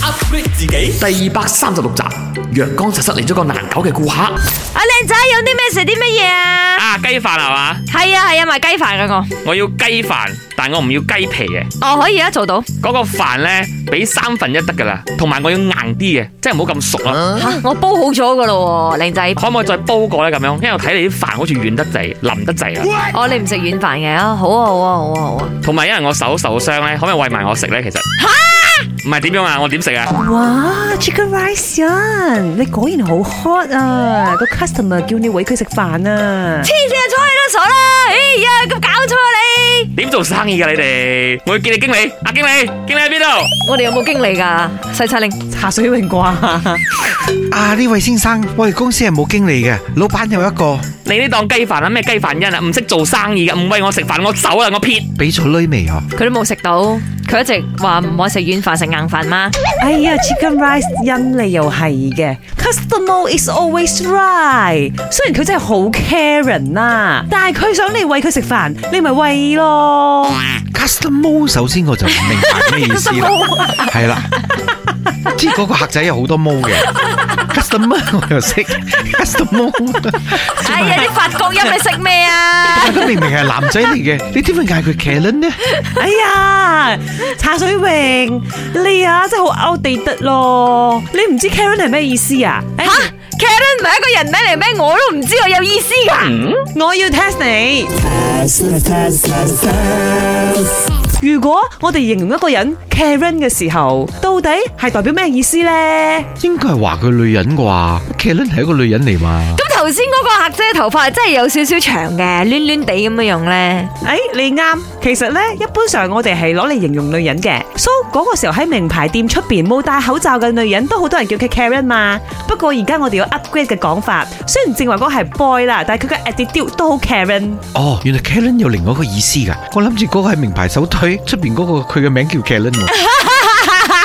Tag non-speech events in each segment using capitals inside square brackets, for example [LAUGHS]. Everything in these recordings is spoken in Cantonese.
upgrade 自己。第二百三十六集，陽光茶室嚟咗個難搞嘅顧客。阿啊靚仔有啲咩食啲乜嘢啊？啊，雞飯係嘛？係啊係啊，賣雞飯噶我要雞飯，但我唔要雞皮嘅。我，哦可以啊做到嗰、個飯咧，俾三分一得噶啦。同埋我要硬啲嘅，即係唔好咁熟啦。吓，我煲好咗噶咯，靚仔，可唔可以再煲過咧？咁樣，因為我睇你啲飯好似軟得滯、腍得滯啦。哦你唔食軟飯嘅啊，好啊好啊好啊好啊，同埋因為我手受傷咧，可唔可以餵埋我食咧？其實唔係點樣啊？我點食啊？哇，Chicken Rice 啊！你果然好 hot 啊！個 customer 叫你餵佢食飯啊！黐線啊，睬你都傻啦，哎呀咁搞錯啊你，點做生意㗎你哋？我要見你經理，阿、經理，經理喺邊度？我哋有冇經理噶細差令？茶水榮啩？啊呢位先生，我哋公司係冇經理嘅，老闆有一個你呢檔雞飯啊，咩雞飯因啊？唔識做生意嘅，唔餵我食飯，我走啊啦，我撇。俾咗女未啊？佢都冇食到，佢一直話唔可以食軟飯食硬飯嘛。哎呀，Chicken Rice 因你又係嘅，customer is always right。雖然佢真係好 Karen 啦，但係佢想你餵佢食飯，你咪餵咯。 customer 首先我就唔明白咩意思啦，係啦，知嗰個客仔有好多毛嘅 customer 我又識 customer，哎呀啲法國音你識咩啊？ [LAUGHS] 但佢明明係男仔嚟嘅，你點會嗌佢 Karen 呢？哎呀，茶水榮，你啊真係好 outdated 咯！你唔知 Karen 係咩意思啊？哎吓 Karen 唔係一個人名嚟咩？我都唔知我有意思噶。我要 test 你。如果我哋形容一個人 Karen 嘅時候，到底係代表咩意思呢？應該係話佢女人啩，Karen 係一個女人嚟嘛？咁頭先嗰個客姐頭髮真係有少少長嘅，攣攣地咁樣樣咧。誒、哎你啱。其實呢，一般上我哋係攞嚟形容女人嘅。So 嗰個時候喺名牌店出邊冇戴口罩嘅女人都好多人叫佢 Karen 嘛。不過而家我哋有 upgrade 嘅講法，雖然正話嗰個係 boy 啦，但係佢嘅 attitude 都好 Karen。哦，原來 Karen 有另外一個意思㗎。我諗住嗰個係名牌手推，出邊嗰個佢嘅名叫 Karen 喎。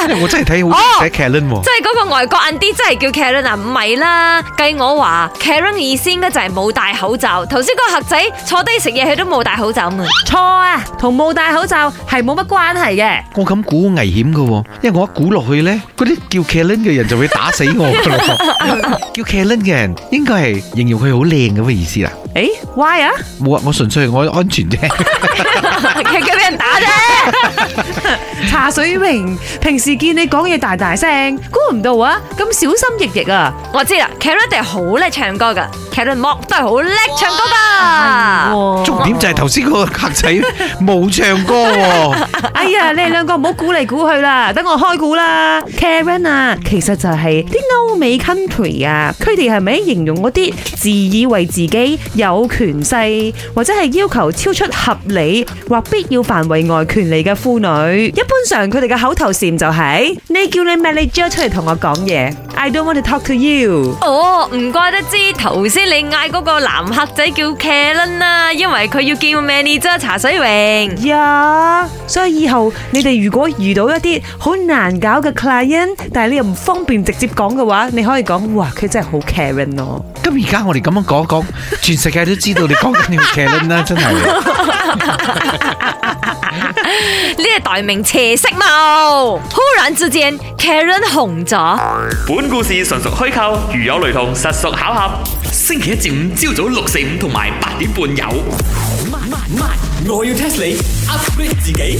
因為我真係睇好多人寫 Karen 喎即。係嗰個外國 a 啲真係叫 Karen 啊，唔係啦。計我話 Karen 嘅意思應該就係冇戴口罩。頭先嗰個客仔坐低食嘢，佢都冇戴口罩嘛。錯啊，同冇戴口罩係冇乜關係嘅。我咁估好危險噶、喎，因為我一估落去咧，嗰啲叫 Kellen 嘅人就會打死我噶咯。叫 Kellen 嘅人應該係形容佢好靚咁嘅意思啦。誒、w h y 啊？冇啊，我純粹係我安全啫。佢 [LAUGHS] 叫俾人打啫。茶水榮，平時見你講嘢大大聲，估唔到啊，咁小心翼翼啊！我知啦，Karen 一定係好叻唱歌噶，Karen 莫都係好叻唱歌噶。哦啊重點就係頭先嗰個客仔冇唱歌、喎，哎呀，你哋兩個唔好估嚟估去啦，等我開估啦。Karen 啊，其實就係啲歐美 country 啊，佢哋係咪形容嗰啲自以為自己有權勢，或者係要求超出合理或必要範圍外權利嘅婦女？一般上佢哋嘅口頭禪就係、你叫你 manager 出嚟同我講嘢，I don't want to talk to you。哦，唔怪得知頭先你嗌嗰個男客仔叫 Karen 啦，因為佢要見 manager 茶水榮。呀所以以後你哋如果遇到一啲好難搞嘅 client，但係你又唔方便直接講嘅話，你可以講哇，佢真係好 Karen 咯。咁而家我哋咁樣講一講，全世界都知道你講緊你個 Kellen 啦，真係。呢係代名邪色貌。忽然之間，Karen 紅咗。本故事純屬虛構，如有雷同，實屬巧合。星期一至五朝早六四五同埋八點半有。慢慢慢，我要 test 你 upgrade 自己。